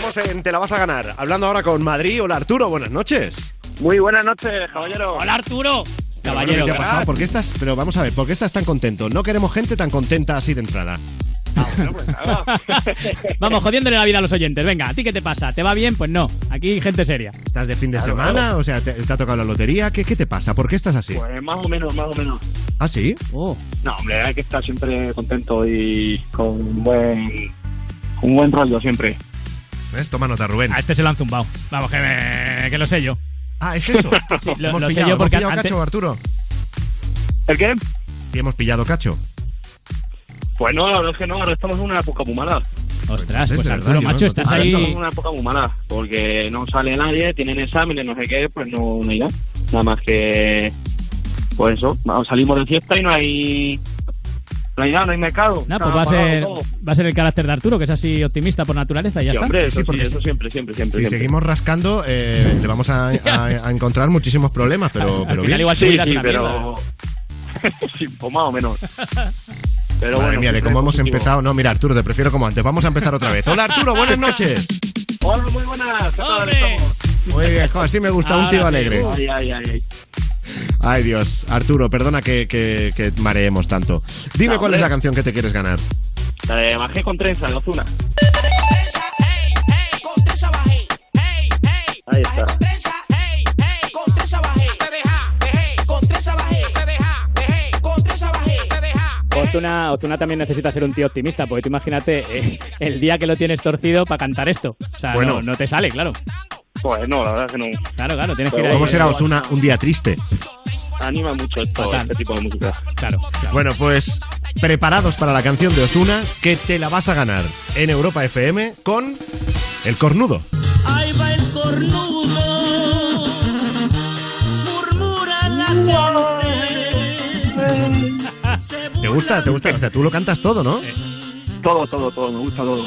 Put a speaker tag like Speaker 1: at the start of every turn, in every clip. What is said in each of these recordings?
Speaker 1: minutos en Te la vas a ganar. Hablando ahora con Madrid. Hola Arturo, buenas noches.
Speaker 2: Muy buenas noches, caballero.
Speaker 3: Hola Arturo.
Speaker 1: Pero bueno,
Speaker 3: Caballero, Ah.
Speaker 1: ¿Qué te ha pasado? ¿Por qué estás? Pero vamos a ver, ¿por qué estás tan contento? No queremos gente tan contenta así de entrada.
Speaker 2: Ah, pues
Speaker 3: Vamos, jodiéndole la vida a los oyentes. Venga, ¿a ti qué te pasa? ¿Te va bien? Pues no. Aquí gente seria.
Speaker 1: ¿Estás de fin de semana? O sea, te, te ha tocado la lotería? ¿Qué, ¿Qué te pasa? ¿Por qué estás así?
Speaker 2: Pues más o menos, más o menos.
Speaker 1: ¿Ah, sí?
Speaker 2: No, hombre, hay que estar siempre contento y con un buen, un buen rollo siempre.
Speaker 1: ¿Ves? Toma nota, Rubén.
Speaker 3: A este se lo han zumbado. Vamos, que, me- que lo sé yo.
Speaker 1: Ah, ¿es eso?
Speaker 3: Sí, lo-
Speaker 1: Hemos
Speaker 3: lo sé
Speaker 1: pillado,
Speaker 3: yo
Speaker 1: hemos
Speaker 3: porque
Speaker 1: pillado
Speaker 3: antes-
Speaker 1: cacho, Arturo.
Speaker 2: ¿El qué?
Speaker 1: Sí, hemos pillado cacho.
Speaker 2: Pues no, la verdad es que no, ahora estamos en una época muy mala.
Speaker 3: Ostras,
Speaker 1: Pues es
Speaker 3: pues
Speaker 1: verdad,
Speaker 3: Arturo,
Speaker 1: yo
Speaker 3: macho,
Speaker 1: no-
Speaker 3: estás
Speaker 2: Ahora Estamos
Speaker 3: ahí.
Speaker 2: en una época muy mala, porque no sale nadie, tienen exámenes, no sé qué, pues no, no irá. Nada más que, pues eso, vamos, salimos de fiesta y no hay, no hay nada, no hay mercado.
Speaker 3: No,
Speaker 2: Está
Speaker 3: pues va a,
Speaker 2: parado
Speaker 3: ser,
Speaker 2: todo.
Speaker 3: va a ser el carácter de Arturo, que es así optimista por naturaleza y ya
Speaker 2: Sí,
Speaker 3: está.
Speaker 2: hombre,
Speaker 1: Sí,
Speaker 2: eso,
Speaker 1: porque
Speaker 2: sí, eso siempre, siempre, siempre.
Speaker 1: Si
Speaker 2: siempre.
Speaker 1: seguimos rascando, eh, te vamos a, a- a encontrar muchísimos problemas, pero,
Speaker 3: Al
Speaker 1: pero
Speaker 3: final
Speaker 1: bien.
Speaker 3: igual su
Speaker 2: Sí,
Speaker 3: vida es
Speaker 2: sí,
Speaker 3: una mierda.
Speaker 2: pero. sí, pues más o menos. Pero
Speaker 1: Madre
Speaker 2: bueno,
Speaker 1: mía, de
Speaker 2: siempre
Speaker 1: cómo hemos
Speaker 2: positivo.
Speaker 1: empezado. No, mira, Arturo, te prefiero como antes. Vamos a empezar otra vez. Hola, Arturo, buenas noches.
Speaker 2: Hola, muy buenas. ¿Qué tal
Speaker 3: ¡Hombre!
Speaker 2: estamos?
Speaker 1: Muy bien, jo, así me gusta, un
Speaker 3: Ahora
Speaker 1: tío
Speaker 3: sí.
Speaker 1: alegre.
Speaker 2: Ay, ay, ay. ay.
Speaker 1: Ay, Dios. Arturo, perdona que, que- que mareemos tanto. Dime
Speaker 2: No,
Speaker 1: cuál
Speaker 2: hombre.
Speaker 1: es la canción que te quieres ganar.
Speaker 2: La de bajé con trenza, de Ozuna.
Speaker 4: trenza, ey, ey, con trenza bajé, ey, ey,
Speaker 2: Ahí
Speaker 4: bajé
Speaker 2: está.
Speaker 4: con trenza, ey, ey, con trenza bajé, se deja, dejé, con trenza bajé, se deja, dejé, con trenza bajé, se deja,
Speaker 3: Ozuna, Ozuna también necesita ser un tío optimista, porque tú imagínate eh, el día que lo tienes torcido para cantar esto. O sea,
Speaker 1: Bueno.
Speaker 3: no, no te sale, claro.
Speaker 2: Pues no, la verdad es que no.
Speaker 3: Claro, claro, tienes que ir
Speaker 2: Pero
Speaker 3: ahí.
Speaker 1: ¿Cómo
Speaker 2: ¿Cómo
Speaker 1: será
Speaker 2: será
Speaker 1: Osuna un día triste?
Speaker 2: Anima mucho esto,
Speaker 3: Fatal.
Speaker 2: este tipo de música.
Speaker 3: Claro, claro.
Speaker 1: Bueno, pues preparados para la canción de Osuna, que te la vas a ganar en Europa FM con El Cornudo.
Speaker 5: Ahí va el cornudo, murmura la gente. se
Speaker 1: ¿Te gusta? ¿Te
Speaker 5: burlan
Speaker 1: gusta? O sea, tú lo cantas todo, ¿no?
Speaker 2: Todo, todo, todo, me gusta todo.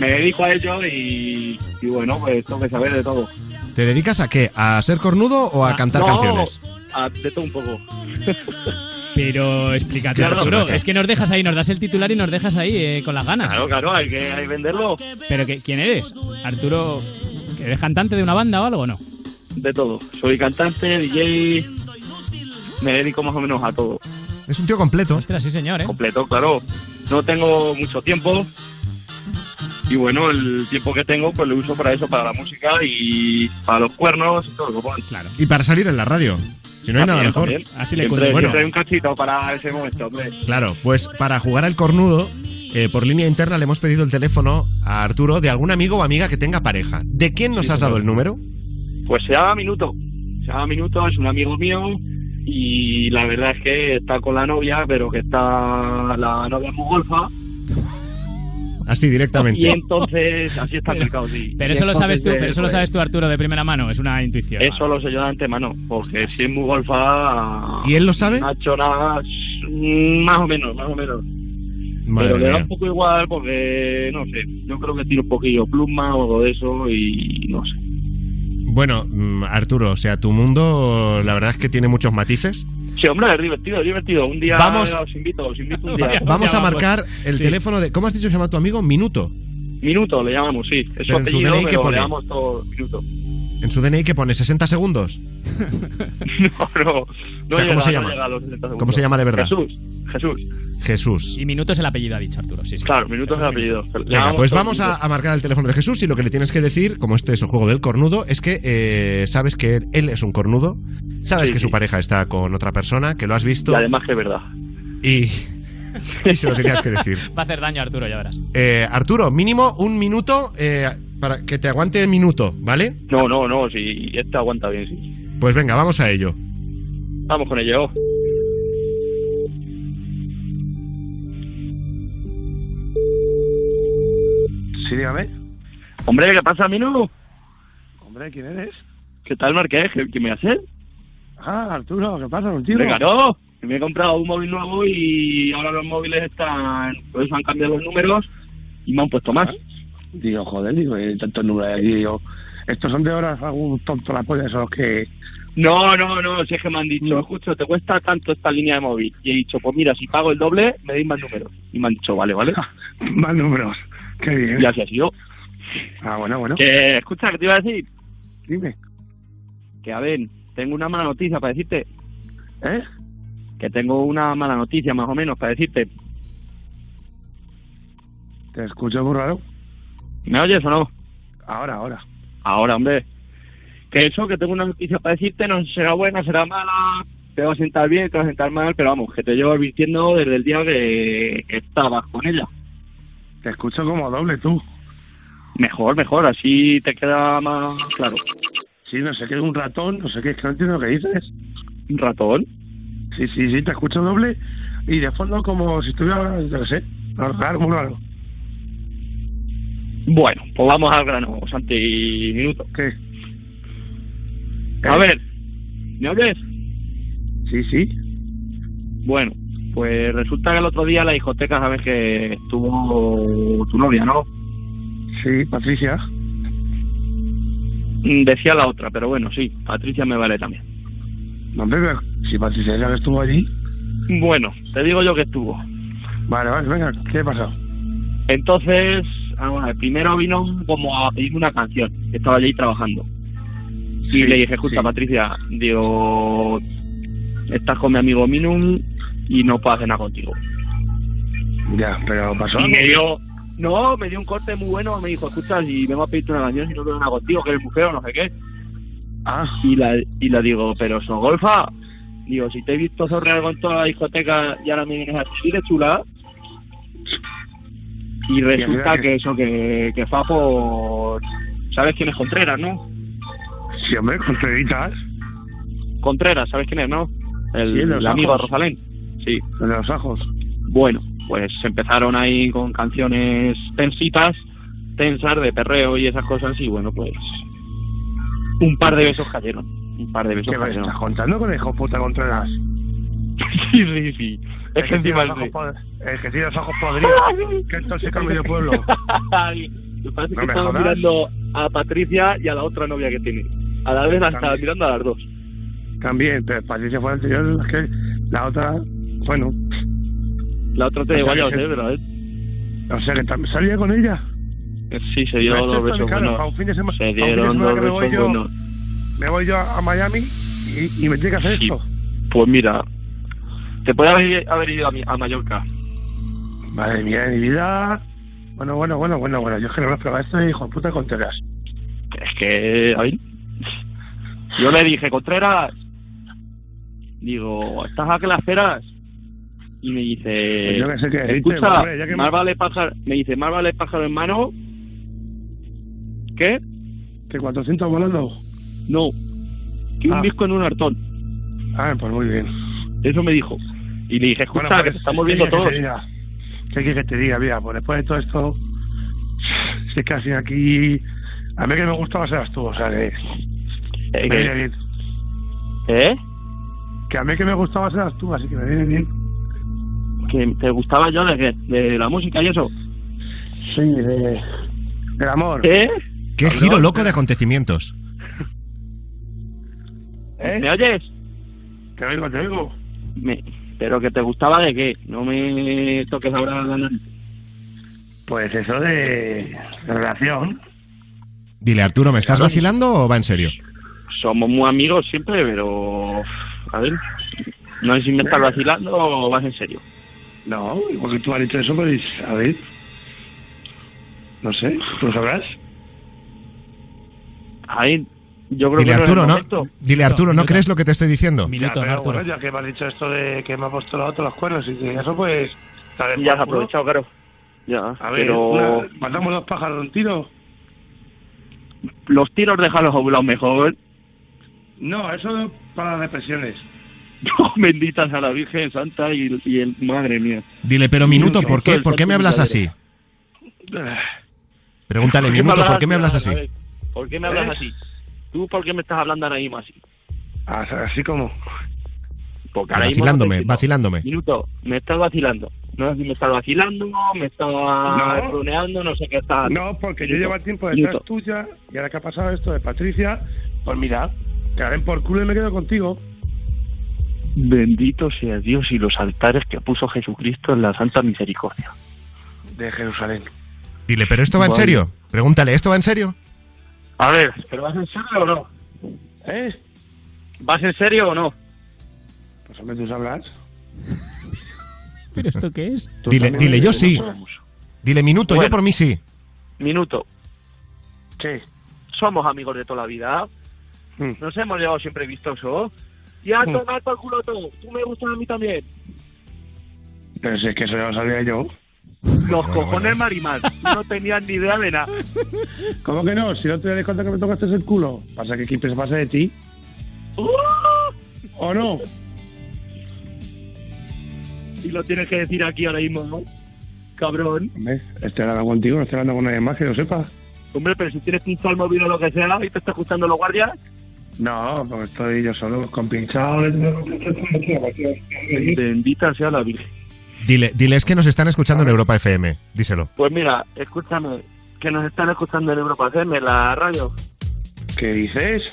Speaker 2: Me dedico a ello y, y bueno, pues tengo que saber de todo.
Speaker 1: ¿Te dedicas a qué? ¿A ser cornudo o a cantar
Speaker 2: Ah, no,
Speaker 1: canciones?
Speaker 2: a- de todo un poco.
Speaker 3: Pero explícate,
Speaker 1: Claro,
Speaker 3: Arturo.
Speaker 1: explícate.
Speaker 3: Es que nos dejas ahí, nos das el titular y nos dejas ahí eh, con las ganas.
Speaker 2: Claro, claro, hay que, hay que venderlo
Speaker 3: Pero que- ¿quién eres? Arturo, ¿que ¿eres cantante de una banda o algo o no?
Speaker 2: de todo. Soy cantante, DJ, me dedico más o menos a todo.
Speaker 1: Es un tío completo.
Speaker 3: Ostras, sí, señor, ¿eh?
Speaker 2: completo, claro. No tengo mucho tiempo. Y bueno, el tiempo que tengo, pues lo uso para eso, para la música y para los cuernos y todo lo que pongan.
Speaker 3: Claro.
Speaker 1: Y para salir en la radio. Si no hay nada
Speaker 2: Ah, También,
Speaker 1: mejor.
Speaker 2: también.
Speaker 3: Así
Speaker 2: siempre,
Speaker 3: le cuento.
Speaker 1: Bueno.
Speaker 2: siempre hay un cachito para ese momento, hombre.
Speaker 1: Claro, pues para jugar al cornudo, eh, por línea interna le hemos pedido el teléfono a Arturo de algún amigo o amiga que tenga pareja. ¿De quién nos has dado el número?
Speaker 2: Pues se llama Minuto. Se llama Minuto, es un amigo mío. Y la verdad es que está con la novia, pero que está la novia muy golfa.
Speaker 1: Así
Speaker 2: Y
Speaker 1: directamente.
Speaker 2: entonces, así está el mercado, sí.
Speaker 3: Pero
Speaker 2: Y
Speaker 3: eso lo sabes tú,
Speaker 2: entonces,
Speaker 3: pero eso lo
Speaker 2: pues,
Speaker 3: sabes tú, Arturo, de primera mano. Es una intuición.
Speaker 2: Eso lo sé yo de antemano, porque si es muy golfa.
Speaker 1: ¿Y él lo sabe?
Speaker 2: Nacho Navas, mm, más o menos, más o menos.
Speaker 1: Madre
Speaker 2: Pero le da
Speaker 1: mía.
Speaker 2: un poco igual porque, no sé, yo creo que tiro un poquillo pluma o algo de eso y no sé.
Speaker 1: Bueno, mm, Arturo, o sea, tu mundo la verdad es que tiene muchos matices.
Speaker 2: Sí, hombre, es divertido, es divertido. Un día
Speaker 1: Vamos.
Speaker 2: os invito, os invito un día.
Speaker 3: Vaya.
Speaker 1: Vamos a
Speaker 3: vamos.
Speaker 1: marcar el
Speaker 3: Sí.
Speaker 1: teléfono de... ¿Cómo has dicho que se llama tu amigo? Minuto.
Speaker 2: Minuto le llamamos, sí. Es su
Speaker 1: Pero en su
Speaker 2: apellido,
Speaker 1: DNI, ¿qué
Speaker 2: pero
Speaker 1: pone?
Speaker 2: le llamamos todo minuto.
Speaker 1: En su DNI que pone 60 segundos.
Speaker 2: No, no. no
Speaker 1: O sea, ¿cómo
Speaker 2: llega,
Speaker 1: se
Speaker 2: no
Speaker 1: llama?
Speaker 2: llega a los 60
Speaker 1: ¿Cómo se
Speaker 2: segundos.
Speaker 1: llama de verdad?
Speaker 2: Jesús, Jesús.
Speaker 1: Jesús.
Speaker 3: Y minutos el apellido, ha dicho Arturo. Sí, sí.
Speaker 2: Claro, minuto es el
Speaker 3: Jesús
Speaker 2: apellido. Le
Speaker 1: Venga,
Speaker 2: llamamos
Speaker 1: pues
Speaker 2: todo
Speaker 1: vamos a,
Speaker 2: Minuto.
Speaker 1: a marcar el teléfono de Jesús y lo que le tienes que decir, como este es un juego del cornudo, es que eh, sabes que él, él es un cornudo, sabes
Speaker 2: Sí,
Speaker 1: que su
Speaker 2: sí.
Speaker 1: pareja está con otra persona, que lo has visto
Speaker 2: Y además que es verdad.
Speaker 1: y, y se lo tenías que decir.
Speaker 3: Va a hacer daño a Arturo, ya verás.
Speaker 1: Eh, Arturo, mínimo un minuto eh, para que te aguante el minuto, ¿vale?
Speaker 2: No, no, no, si este aguanta bien, sí.
Speaker 1: Pues venga, vamos a ello.
Speaker 2: Vamos con ello.
Speaker 6: Sí, dígame.
Speaker 2: Hombre, ¿qué pasa, Minu?
Speaker 6: Hombre, ¿quién eres?
Speaker 2: ¿Qué tal, Marqués? ¿Qué, qué me haces?
Speaker 6: Ah, Arturo, ¿qué pasa contigo?
Speaker 2: Venga, no. que Me he comprado un móvil nuevo y ahora los móviles están... Pues han cambiado los números y me han puesto más.
Speaker 6: Digo, joder, digo, hay tantos números aquí. Digo, estos son de horas algún tonto la polla, esos que...
Speaker 2: No, no, no. Si es que me han dicho, escucho, te cuesta tanto esta línea de móvil. Y he dicho, pues mira, si pago el Ah, doble, me deis más números. Y me han dicho, vale, vale.
Speaker 6: Más números. Qué bien.
Speaker 2: Y así ha sido.
Speaker 6: Ah, bueno, bueno.
Speaker 2: Que, escucha, que te iba a decir
Speaker 6: Dime.
Speaker 2: que, a ver, tengo una mala noticia para decirte.
Speaker 6: ¿Eh?
Speaker 2: Que tengo una mala noticia, más o menos, para decirte.
Speaker 6: Te escucho muy raro.
Speaker 2: ¿Me oyes o no?
Speaker 6: Ahora, ahora.
Speaker 2: Ahora, hombre. Que eso, que tengo una noticia para decirte, no sé si será buena, será mala, te va a sentar bien, te va a sentar mal, pero vamos, que te llevo advirtiendo desde el día que estabas con ella.
Speaker 6: Te escucho como doble tú.
Speaker 2: Mejor, mejor, así te queda más claro.
Speaker 6: Sí, no sé qué, un ratón, no sé qué, es que no entiendo lo que dices.
Speaker 2: Un ratón.
Speaker 6: Sí, sí, sí, te escucho doble y de fondo como si estuviera, yo qué sé, raro, muy raro.
Speaker 2: Bueno, pues vamos al grano, Santi Minuto.
Speaker 6: ¿Qué?
Speaker 2: A
Speaker 6: Eh,
Speaker 2: ver, ¿me oyes?
Speaker 6: Sí, sí.
Speaker 2: Bueno, pues resulta que el otro día en la discoteca, sabes que estuvo tu novia, ¿no?
Speaker 6: Sí, Patricia.
Speaker 2: Mm, Decía la otra, pero bueno, sí, Patricia me vale también.
Speaker 6: No, hombre, pero si Patricia ya que estuvo allí.
Speaker 2: Bueno, te digo yo que estuvo.
Speaker 6: Vale, vale, venga, ¿qué ha pasado?
Speaker 2: Entonces, vamos a ver, primero vino como a pedirme una canción, que estaba allí trabajando.
Speaker 6: Sí,
Speaker 2: y le dije, escucha
Speaker 6: sí.
Speaker 2: Patricia, digo, estás con mi amigo Minum y no puedo hacer nada contigo.
Speaker 6: Ya, pero pasó.
Speaker 2: Y
Speaker 6: algo.
Speaker 2: me dio, no, me dio un corte muy bueno, me dijo, escucha, si vengo a pedirte una canción, si no quiero nada contigo, que eres mujer o no sé qué.
Speaker 6: Ah,
Speaker 2: Y la, y la digo, pero Sogolfa, digo, si te he visto zorrear con toda la discoteca y ahora me vienes así de chula. Y resulta
Speaker 6: mira que-
Speaker 2: que eso, que, que fue a por... ¿Sabes quién es Contreras, no?
Speaker 6: sí, hombre, con Contreritas,
Speaker 2: Contreras, ¿sabes quién es, no? El,
Speaker 6: Sí, de los
Speaker 2: el amigo de
Speaker 6: ajos.
Speaker 2: Rosalén. Sí.
Speaker 6: de los ajos.
Speaker 2: Bueno, pues empezaron ahí con canciones tensitas, tensas de perreo y esas cosas y bueno, pues un par de besos cayeron, un par de besos
Speaker 6: ¿Qué me
Speaker 2: cayeron.
Speaker 6: estás contando con el hijo puta Contreras?
Speaker 2: sí, sí, sí. Es que encima
Speaker 6: tiene
Speaker 2: es
Speaker 6: los
Speaker 2: de-
Speaker 6: ojos pod- el que tiene los ojos podridos. que esto se cae medio pueblo.
Speaker 2: Ay, me parece
Speaker 6: No
Speaker 2: que
Speaker 6: me
Speaker 2: estaba
Speaker 6: jodas.
Speaker 2: mirando a Patricia y a la otra novia que tiene. A la vez la estaba
Speaker 6: También.
Speaker 2: mirando a las dos.
Speaker 6: También, pero Patricia fue anterior, es que la otra, bueno,
Speaker 2: La otra te
Speaker 6: O sea,
Speaker 2: igual ya lo
Speaker 6: que
Speaker 2: sé,
Speaker 6: se-
Speaker 2: pero eh,
Speaker 6: o sea que tam- salía con ella.
Speaker 2: sí, se dieron
Speaker 6: Excepto
Speaker 2: dos
Speaker 6: que,
Speaker 2: besos
Speaker 6: claro, para
Speaker 2: buenos.
Speaker 6: un fin de sema- para
Speaker 2: Se
Speaker 6: un fin de
Speaker 2: dieron
Speaker 6: semana
Speaker 2: dos
Speaker 6: que me voy
Speaker 2: besos
Speaker 6: yo-
Speaker 2: buenos.
Speaker 6: Me voy yo a Miami y, y me tiene que hacer
Speaker 2: Sí.
Speaker 6: esto.
Speaker 2: Pues mira, te puede haber, haber ido a, mi- a Mallorca.
Speaker 6: Madre mía de mi vida. Bueno, bueno, bueno, bueno, bueno. Yo es que no lo esperaba esto y hijo de puta Contreras.
Speaker 2: Es que, a ver, yo le dije, Contreras, digo, ¿estás a que las ceras? Y me dice,
Speaker 6: Pues yo qué sé qué decirte,
Speaker 2: Eh, escucha,
Speaker 6: hombre, ya que
Speaker 2: más
Speaker 6: me-
Speaker 2: vale pájaro, me dice, más vale pájaro en mano, ¿qué?
Speaker 6: Que 400 volando.
Speaker 2: No, que un
Speaker 6: Ah.
Speaker 2: disco en un hartón,
Speaker 6: Ah, pues muy bien.
Speaker 2: eso me dijo. Y le dije, escucha,
Speaker 6: Bueno, pues,
Speaker 2: que te estamos
Speaker 6: ¿qué
Speaker 2: viendo
Speaker 6: quieres
Speaker 2: todos. Eh,
Speaker 6: que te diga? ¿Qué quieres que te diga? Mira, pues después de todo esto, si casi aquí. A mí que me gustaba serás tú, o sea que.
Speaker 2: Eh,
Speaker 6: me viene bien.
Speaker 2: que- ¿Eh?
Speaker 6: Que a mí que me gustaba serás tú, así que me viene bien.
Speaker 2: Que te gustaba yo de, qué? de la música y eso.
Speaker 6: Sí, de. Del amor.
Speaker 2: ¿Eh?
Speaker 1: Qué giro loco de acontecimientos.
Speaker 6: ¿Eh?
Speaker 2: ¿Me oyes?
Speaker 6: Te oigo, te oigo.
Speaker 2: Me- pero que te gustaba de qué, no me toques ahora la nariz.
Speaker 6: Pues eso de. de relación.
Speaker 1: Dile, Arturo, ¿me estás vacilando o va en serio?
Speaker 2: Somos muy amigos siempre, pero. A ver, no sé si me estás vacilando o vas en serio.
Speaker 6: No, porque tú has dicho eso, pues, a ver. No sé, tú lo sabrás.
Speaker 2: A ver, yo creo
Speaker 1: Dile,
Speaker 2: que
Speaker 1: Arturo,
Speaker 2: no
Speaker 1: ¿no?
Speaker 2: es el momento.
Speaker 1: Dile, Arturo, ¿no
Speaker 3: Minuto.
Speaker 1: crees lo que te estoy diciendo?
Speaker 6: Ya,
Speaker 3: Minuto,
Speaker 6: pero
Speaker 3: Arturo.
Speaker 6: bueno, ya que me has dicho esto de que me ha puesto la otra los cuernos y que eso, pues. te haré
Speaker 2: Y Ya has
Speaker 6: por culo.
Speaker 2: aprovechado, claro. Ya,
Speaker 6: A ver,
Speaker 2: pero
Speaker 6: una- matamos dos pájaros de un tiro.
Speaker 2: los tiros déjalos ovulados mejor.
Speaker 6: No, eso para las depresiones.
Speaker 2: Benditas a la Virgen Santa y, y el madre mía.
Speaker 1: Dile, pero Minuto,
Speaker 2: Minuto,
Speaker 1: ¿por qué?
Speaker 2: el
Speaker 1: ¿Por qué me
Speaker 2: santo
Speaker 1: hablas así?
Speaker 2: milagro.
Speaker 1: Pregúntale,
Speaker 2: ¿Por qué me
Speaker 1: Minuto, ¿por
Speaker 2: hablas
Speaker 1: qué me hablas así?
Speaker 2: A ver, ¿Por qué me hablas
Speaker 6: ¿Eh?
Speaker 2: así? ¿Tú por qué me estás hablando ahora mismo así?
Speaker 6: Ah, Así como.
Speaker 2: Porque ahora mismo no te
Speaker 1: Vacilándome,
Speaker 2: escucho.
Speaker 1: vacilándome.
Speaker 2: Minuto, me estás vacilando. No sé si me estás vacilando, me estás
Speaker 6: No.
Speaker 2: runeando, no sé qué estás.
Speaker 6: No, porque yo
Speaker 2: Ah, Minuto,
Speaker 6: llevo el tiempo detrás
Speaker 2: minuto.
Speaker 6: tuya y ahora que ha pasado esto de Patricia, pues mira, te haré por culo y me quedo contigo.
Speaker 2: Bendito sea Dios y los altares que puso Jesucristo en la Santa Misericordia.
Speaker 6: De Jerusalén.
Speaker 1: Dile, ¿pero esto va en
Speaker 2: Vale.
Speaker 1: serio? Pregúntale, ¿esto va en serio?
Speaker 2: A ver, ¿pero vas en serio o no? ¿Eh? ¿Vas en serio o no?
Speaker 6: Pues hombre, tú sabrás.
Speaker 3: ¿Pero esto qué es?
Speaker 6: Tú
Speaker 1: Dile-
Speaker 6: también,
Speaker 1: dile, yo
Speaker 6: no
Speaker 1: sí.
Speaker 6: sabemos.
Speaker 1: Dile, minuto, yo
Speaker 2: Bueno.
Speaker 1: por mí sí.
Speaker 2: Minuto.
Speaker 6: Sí.
Speaker 2: Somos amigos de toda la vida.
Speaker 6: Mm.
Speaker 2: Nos hemos llevado siempre vistosos. Ya, toma el culo todo. Tú me gustas a mí también.
Speaker 6: Pero si es que eso ya lo sabía yo.
Speaker 2: Los cojones marimar. No tenías ni idea de nada.
Speaker 6: ¿Cómo que no? Si no te das cuenta que me tocaste el culo. Pasa que quien se pasa de ti.
Speaker 2: ¡Oh!
Speaker 6: ¿O no?
Speaker 2: Y lo tienes que decir aquí ahora mismo, ¿no? Cabrón.
Speaker 6: Hombre, Estoy hablando contigo, no estoy hablando con nadie más que yo sepa.
Speaker 2: Hombre, pero si tienes pinchado el móvil o lo que sea y te está escuchando los guardias,
Speaker 6: No, porque estoy yo solo con pinchado.
Speaker 2: bendita sea la Virgen.
Speaker 1: Dile, dile, es que nos están escuchando en Europa FM. Díselo.
Speaker 2: Pues mira, escúchame, que nos están escuchando en Europa FM, la radio.
Speaker 6: ¿Qué dices?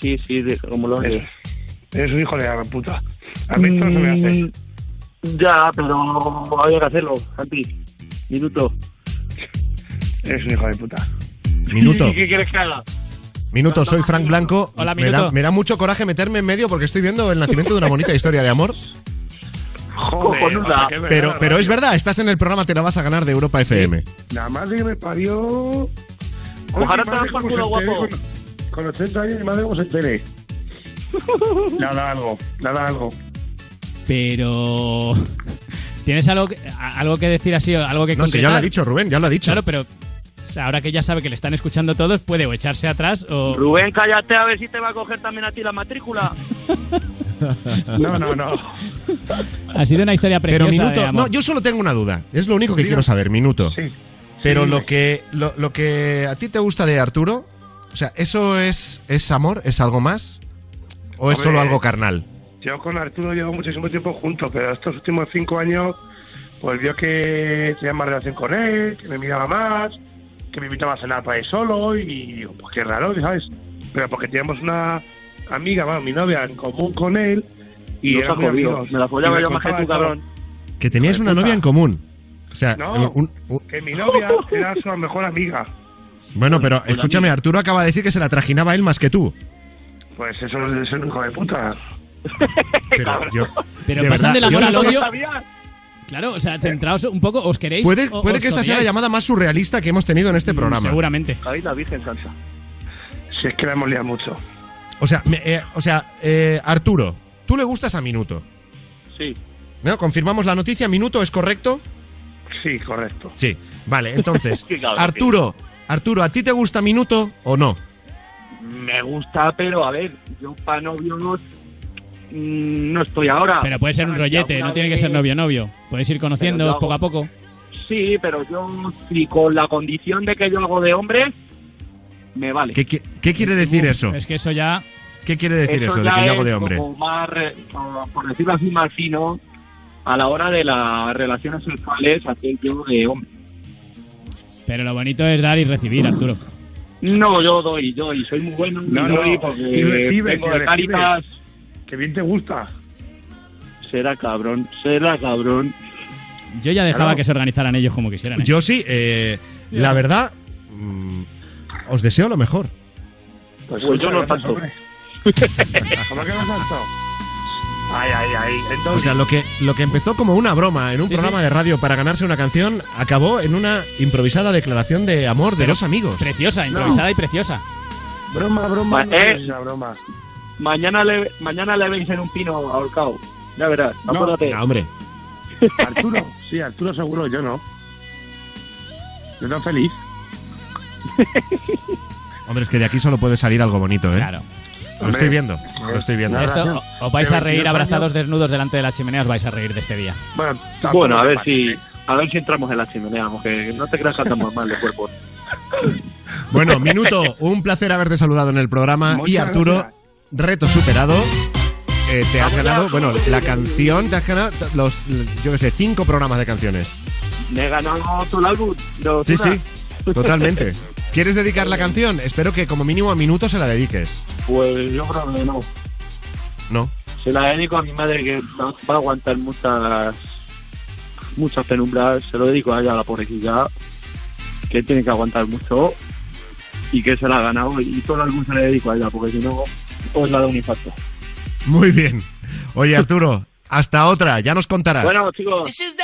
Speaker 2: Sí, sí, de- como lo
Speaker 6: Eres,
Speaker 2: oyes.
Speaker 6: eres un hijo de la puta. A mí esto no se me hace.
Speaker 2: Mm, Ya, pero había que hacerlo, Santi. Minuto.
Speaker 6: Eres un hijo de puta.
Speaker 1: Minuto,
Speaker 2: ¿Qué quieres que haga?
Speaker 1: minuto, soy Frank Blanco.
Speaker 3: Hola,
Speaker 1: me,
Speaker 3: minuto.
Speaker 1: da, me da mucho coraje meterme en medio porque estoy viendo el nacimiento de una bonita historia de amor.
Speaker 6: Joder,
Speaker 2: Cojonuda.
Speaker 6: o sea, que es verdad,
Speaker 1: Pero,
Speaker 6: la
Speaker 1: pero es
Speaker 6: radio.
Speaker 1: verdad, estás en el programa Te la vas a ganar de Europa FM.
Speaker 6: La madre que me parió. Oye,
Speaker 2: Ojalá te
Speaker 6: madre,
Speaker 2: das por culo,
Speaker 6: como se entere
Speaker 2: guapo.
Speaker 6: Con, con 80 años, mi madre, como se entere. Le da algo, le da algo.
Speaker 3: Pero. ¿Tienes algo que, a- algo que decir así? o Algo que
Speaker 1: No, si ya lo ha
Speaker 3: concretar?
Speaker 1: dicho Rubén, ya lo ha dicho.
Speaker 3: Claro, pero o sea, ahora que ya sabe que le están escuchando todos, puede o echarse atrás o.
Speaker 2: Rubén, cállate a ver si te va a coger también a ti la matrícula.
Speaker 6: No, no, no.
Speaker 3: Ha sido una historia
Speaker 1: Pero
Speaker 3: preciosa. de
Speaker 1: minuto,
Speaker 3: amor.
Speaker 1: no, yo solo tengo una duda. Es lo único que
Speaker 6: Diga.
Speaker 1: quiero saber, minuto.
Speaker 6: Sí.
Speaker 1: Pero
Speaker 6: Sí,
Speaker 1: lo
Speaker 6: sí.
Speaker 1: que lo, lo que a ti te gusta de Arturo, o sea, ¿eso es, es amor? ¿Es algo más? ¿O es
Speaker 6: Hombre.
Speaker 1: solo algo carnal?
Speaker 6: Yo con Arturo llevo muchísimo tiempo juntos, pero estos últimos cinco años, pues vio que tenía más relación con él, que me miraba más, que me invitaba a cenar para él solo, y digo, pues qué raro, ¿sabes? Pero porque teníamos una amiga, bueno, mi novia, en común con él, y
Speaker 2: No
Speaker 6: era
Speaker 2: se ha
Speaker 6: muy
Speaker 2: jodido.
Speaker 6: amigos.
Speaker 2: Me la follaba
Speaker 6: Y me
Speaker 2: yo más que
Speaker 6: contaba
Speaker 2: tú,
Speaker 6: todo.
Speaker 2: cabrón.
Speaker 1: Que tenías
Speaker 6: Hijo de
Speaker 1: una
Speaker 6: puta.
Speaker 1: novia en común. O sea,
Speaker 6: No.
Speaker 1: un- un-
Speaker 6: Que mi novia era su mejor amiga.
Speaker 1: bueno, pero
Speaker 2: Hola,
Speaker 1: escúchame,
Speaker 2: mira.
Speaker 1: Arturo acaba de decir que se la trajinaba él más que tú.
Speaker 6: Pues eso es ser un hijo de puta.
Speaker 1: Pero yo,
Speaker 3: Pero
Speaker 1: de
Speaker 3: pasan
Speaker 1: verdad,
Speaker 3: del
Speaker 1: yo
Speaker 3: amor
Speaker 1: no
Speaker 3: al
Speaker 1: sé-
Speaker 3: odio.
Speaker 2: ¿Sabías?
Speaker 3: Claro, o sea, centraos un poco, ¿os queréis?
Speaker 1: Puede,
Speaker 3: o-
Speaker 1: puede
Speaker 3: os
Speaker 1: que esta sea la
Speaker 3: odiáis? Mm,
Speaker 1: llamada más surrealista que hemos tenido en este programa.
Speaker 3: Seguramente.
Speaker 2: Ahí la Virgen Santa.
Speaker 6: Si es que la hemos liado mucho.
Speaker 1: O sea, me- eh, o sea eh, Arturo, tú le gustas a Minuto.
Speaker 2: Sí.
Speaker 1: ¿No? Confirmamos la noticia, Minuto es correcto.
Speaker 6: Sí, correcto.
Speaker 1: Sí, vale, entonces,
Speaker 2: Qué cabrón,
Speaker 1: Arturo, Arturo, ¿a ti te gusta Minuto o no?
Speaker 2: Me gusta, pero a ver, yo para novio no, mm, no estoy ahora.
Speaker 3: Pero puede ser un
Speaker 2: Ah,
Speaker 3: rollete,
Speaker 2: alguna
Speaker 3: no tiene que
Speaker 2: vez-
Speaker 3: ser novio-novio. Podéis
Speaker 2: Pero
Speaker 3: ir
Speaker 2: yo
Speaker 3: conociendo
Speaker 2: hago-
Speaker 3: poco a poco.
Speaker 2: Sí, pero yo sí, con la condición de que yo hago de hombre, me vale.
Speaker 1: ¿Qué, qui- qué quiere decir eso?
Speaker 3: Es que eso ya.
Speaker 1: ¿Qué quiere decir
Speaker 2: Esto
Speaker 1: eso de
Speaker 2: ya
Speaker 1: que yo hago
Speaker 2: es
Speaker 1: de hombre?
Speaker 2: Como más, re- como, por decirlo así, más fino a la hora de las relaciones sexuales hacer yo de hombre.
Speaker 3: Pero lo bonito es dar y recibir, Arturo.
Speaker 2: No, yo doy, doy, soy muy bueno.
Speaker 6: No,
Speaker 2: y doy
Speaker 6: no,
Speaker 2: porque
Speaker 6: y recibes,
Speaker 2: vengo
Speaker 6: y
Speaker 2: de Cáritas.
Speaker 6: Que bien te gusta. Pues
Speaker 2: Será cabrón, será cabrón.
Speaker 3: Yo ya dejaba
Speaker 6: Claro.
Speaker 3: que se organizaran ellos como quisieran. ¿eh?
Speaker 1: Yo sí, eh, la verdad, mm, os deseo lo mejor.
Speaker 6: Pues,
Speaker 2: Pues yo no
Speaker 6: muchas gracias,
Speaker 2: tanto.
Speaker 6: hombre. ¿Cómo que no tanto? Ay, ay, ay.
Speaker 1: O
Speaker 6: Entonces,
Speaker 1: sea, lo que, lo que empezó como una broma en un
Speaker 3: Sí,
Speaker 1: programa de radio para ganarse una canción, acabó en una improvisada declaración de amor de
Speaker 3: Pero-
Speaker 1: dos amigos.
Speaker 3: Preciosa, improvisada y preciosa.
Speaker 6: broma, broma,
Speaker 2: Ma-
Speaker 6: no
Speaker 2: eh.
Speaker 6: es una broma.
Speaker 2: Mañana le, mañana le veis en un pino ahorcado. Ya verás,
Speaker 6: No.
Speaker 2: acuérdate.
Speaker 1: Ah, hombre.
Speaker 6: Arturo, sí, Arturo seguro, yo no. Yo tan feliz.
Speaker 1: Hombre, es que de aquí solo puede salir algo bonito, ¿eh?
Speaker 3: Claro.
Speaker 1: Lo estoy viendo, lo estoy viendo.
Speaker 6: Nada.
Speaker 3: Esto,
Speaker 6: gracias.
Speaker 3: o- os vais a
Speaker 6: De
Speaker 3: reír
Speaker 6: 22
Speaker 3: abrazados desnudos delante de la chimenea, os vais a reír de este día.
Speaker 6: Bueno, tampoco ¿eh?
Speaker 2: Bueno, a
Speaker 6: me
Speaker 2: ver
Speaker 6: parece.
Speaker 2: si a ver si entramos en la chimenea, porque no te creas que andamos mal de cuerpo.
Speaker 1: Bueno, minuto, un placer haberte saludado en el programa. y
Speaker 6: Muchas
Speaker 1: Arturo,
Speaker 6: gracias.
Speaker 1: reto superado. Eh, te has ganado, bueno, la canción, te has ganado los, yo qué sé, cinco programas de canciones.
Speaker 2: Me he ganado todo el álbum. de
Speaker 6: Pues
Speaker 1: Sí,
Speaker 2: Ozuna.
Speaker 1: sí, totalmente. ¿Quieres dedicar la canción? Espero que como mínimo a minuto se la dediques.
Speaker 2: Pues yo creo que no.
Speaker 1: No.
Speaker 2: Se la dedico a mi madre que va va a aguantar muchas muchas penumbras. Se lo dedico a ella, a la pobrecilla. que tiene que aguantar mucho y que se la ha ganado y todo el álbum se le dedico a ella, porque si no, os la da un impacto.
Speaker 1: Muy bien. Oye, Arturo, hasta otra, ya nos contarás.
Speaker 2: Bueno, chicos.
Speaker 4: This is the